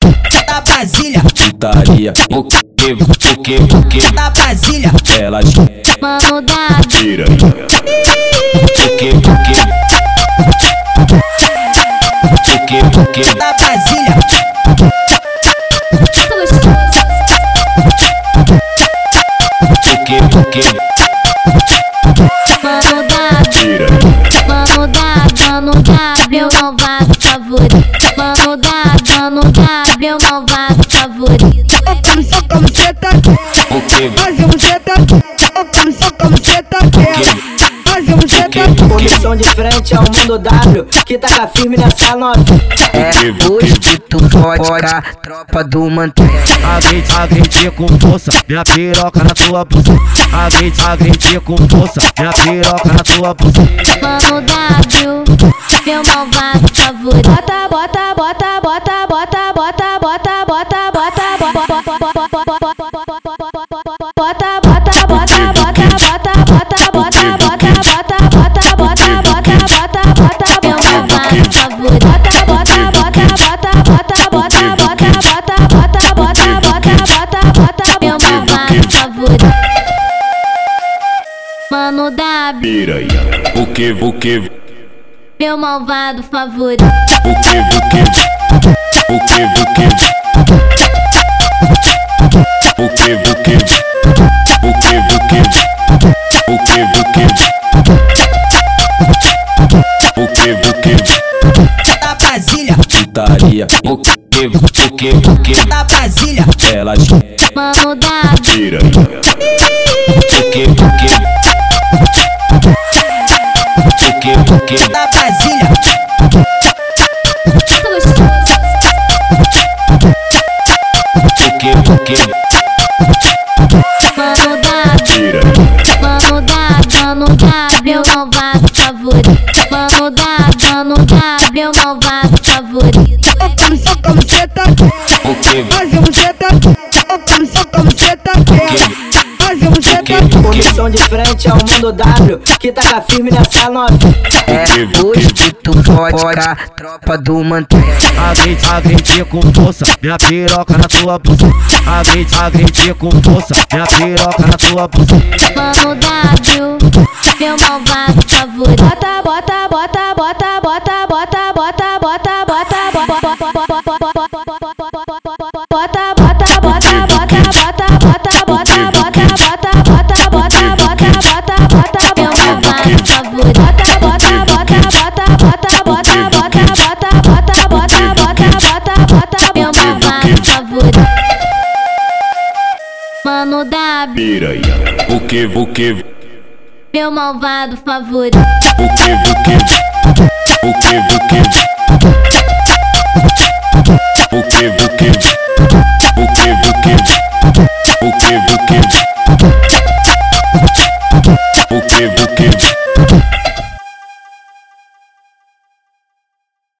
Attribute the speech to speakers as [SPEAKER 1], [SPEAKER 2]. [SPEAKER 1] Tá
[SPEAKER 2] putaria. O que, o que, o é que,
[SPEAKER 1] da Tá Brasília.
[SPEAKER 2] elas querem.
[SPEAKER 3] Mano da
[SPEAKER 2] Tira. O que, o que, o que, o que,
[SPEAKER 1] Da Tá Brasília.
[SPEAKER 3] Beto Gostoso.
[SPEAKER 2] o que, o que,
[SPEAKER 3] Mano da
[SPEAKER 2] tira.
[SPEAKER 3] Mano da Mano da Meu malvado favorito. Mano da Mano da Meu malvado favorito.
[SPEAKER 4] Como cê tá quer,
[SPEAKER 2] O que,
[SPEAKER 4] mas eu cê tá quer. Como cê, como cê tá quer, mas eu cê tá quer.
[SPEAKER 5] Comissão de frente ao mundo W, que taca firme nessa novinha.
[SPEAKER 6] É hoje que tu vodka, tropa do mantém.
[SPEAKER 7] Agride, agride com força, minha piroca na tua bunda. Agride, agride com força, minha piroca na tua bunda.
[SPEAKER 3] Mano W, meu malvado favorito. Bota, bota, bota, bota, bota, bota, bota, bota, bota, bota, bota, bota, bota, bota, bota, bota, bota, bota, bota, bota, bota, bota, bota, meu malvado favorito. Bota, bota, bota, bota, bota, bota, bota, bota, bota, bota, bota, bota, bota, meu malvado favorito. Mano W.
[SPEAKER 2] tira. O que, o que, o que,
[SPEAKER 3] Meu malvado favorito.
[SPEAKER 2] o que, o que, o que, o que, o que, o que, o que, o que, o que, o que, o que,
[SPEAKER 1] Da Brasília.
[SPEAKER 2] putaria. O que, o que, o que,
[SPEAKER 1] Da Brasília.
[SPEAKER 2] elas querem.
[SPEAKER 3] Mano W,
[SPEAKER 2] tira. O que, o que, o que, o que,
[SPEAKER 1] Da Brasília.
[SPEAKER 3] Beto Gostoso.
[SPEAKER 2] o que, o que,
[SPEAKER 3] Mano W,
[SPEAKER 2] tira.
[SPEAKER 3] mano W, mano W, meu malvado favorito. Mano W, mano W, meu malvado favorito.
[SPEAKER 4] Como cê, como cê tá quer,
[SPEAKER 2] O que, o
[SPEAKER 4] mas eu cê tá quer. Como cê, como cê tá quer, mas eu cê
[SPEAKER 2] que,
[SPEAKER 4] tá
[SPEAKER 2] o que,
[SPEAKER 5] Comissão de frente ao mundo W, que taca firme nessa novinha.
[SPEAKER 6] É hoje que tu vodka, tropa do mantém.
[SPEAKER 7] Agride, agride com força, minha piroca na tua bunda. Agride, agride com força, minha piroca na tua bunda.
[SPEAKER 3] Mano W, meu malvado favorito. Bota, bota, bota, bota, bota, bota, bota, bota, bota, bota, bota, bota, bota, bota, bota, bota, bota, bota, bota, bota, bota, bota, bota, bota, bota, bota, meu malvado favorito. Bota, bota, bota, bota, bota, bota, bota, bota, bota, bota, bota, bota, bota, meu malvado favorito. Mano W.
[SPEAKER 2] tira. O que, o que,
[SPEAKER 3] Meu malvado favorito.
[SPEAKER 2] o que, o que, o que, o que,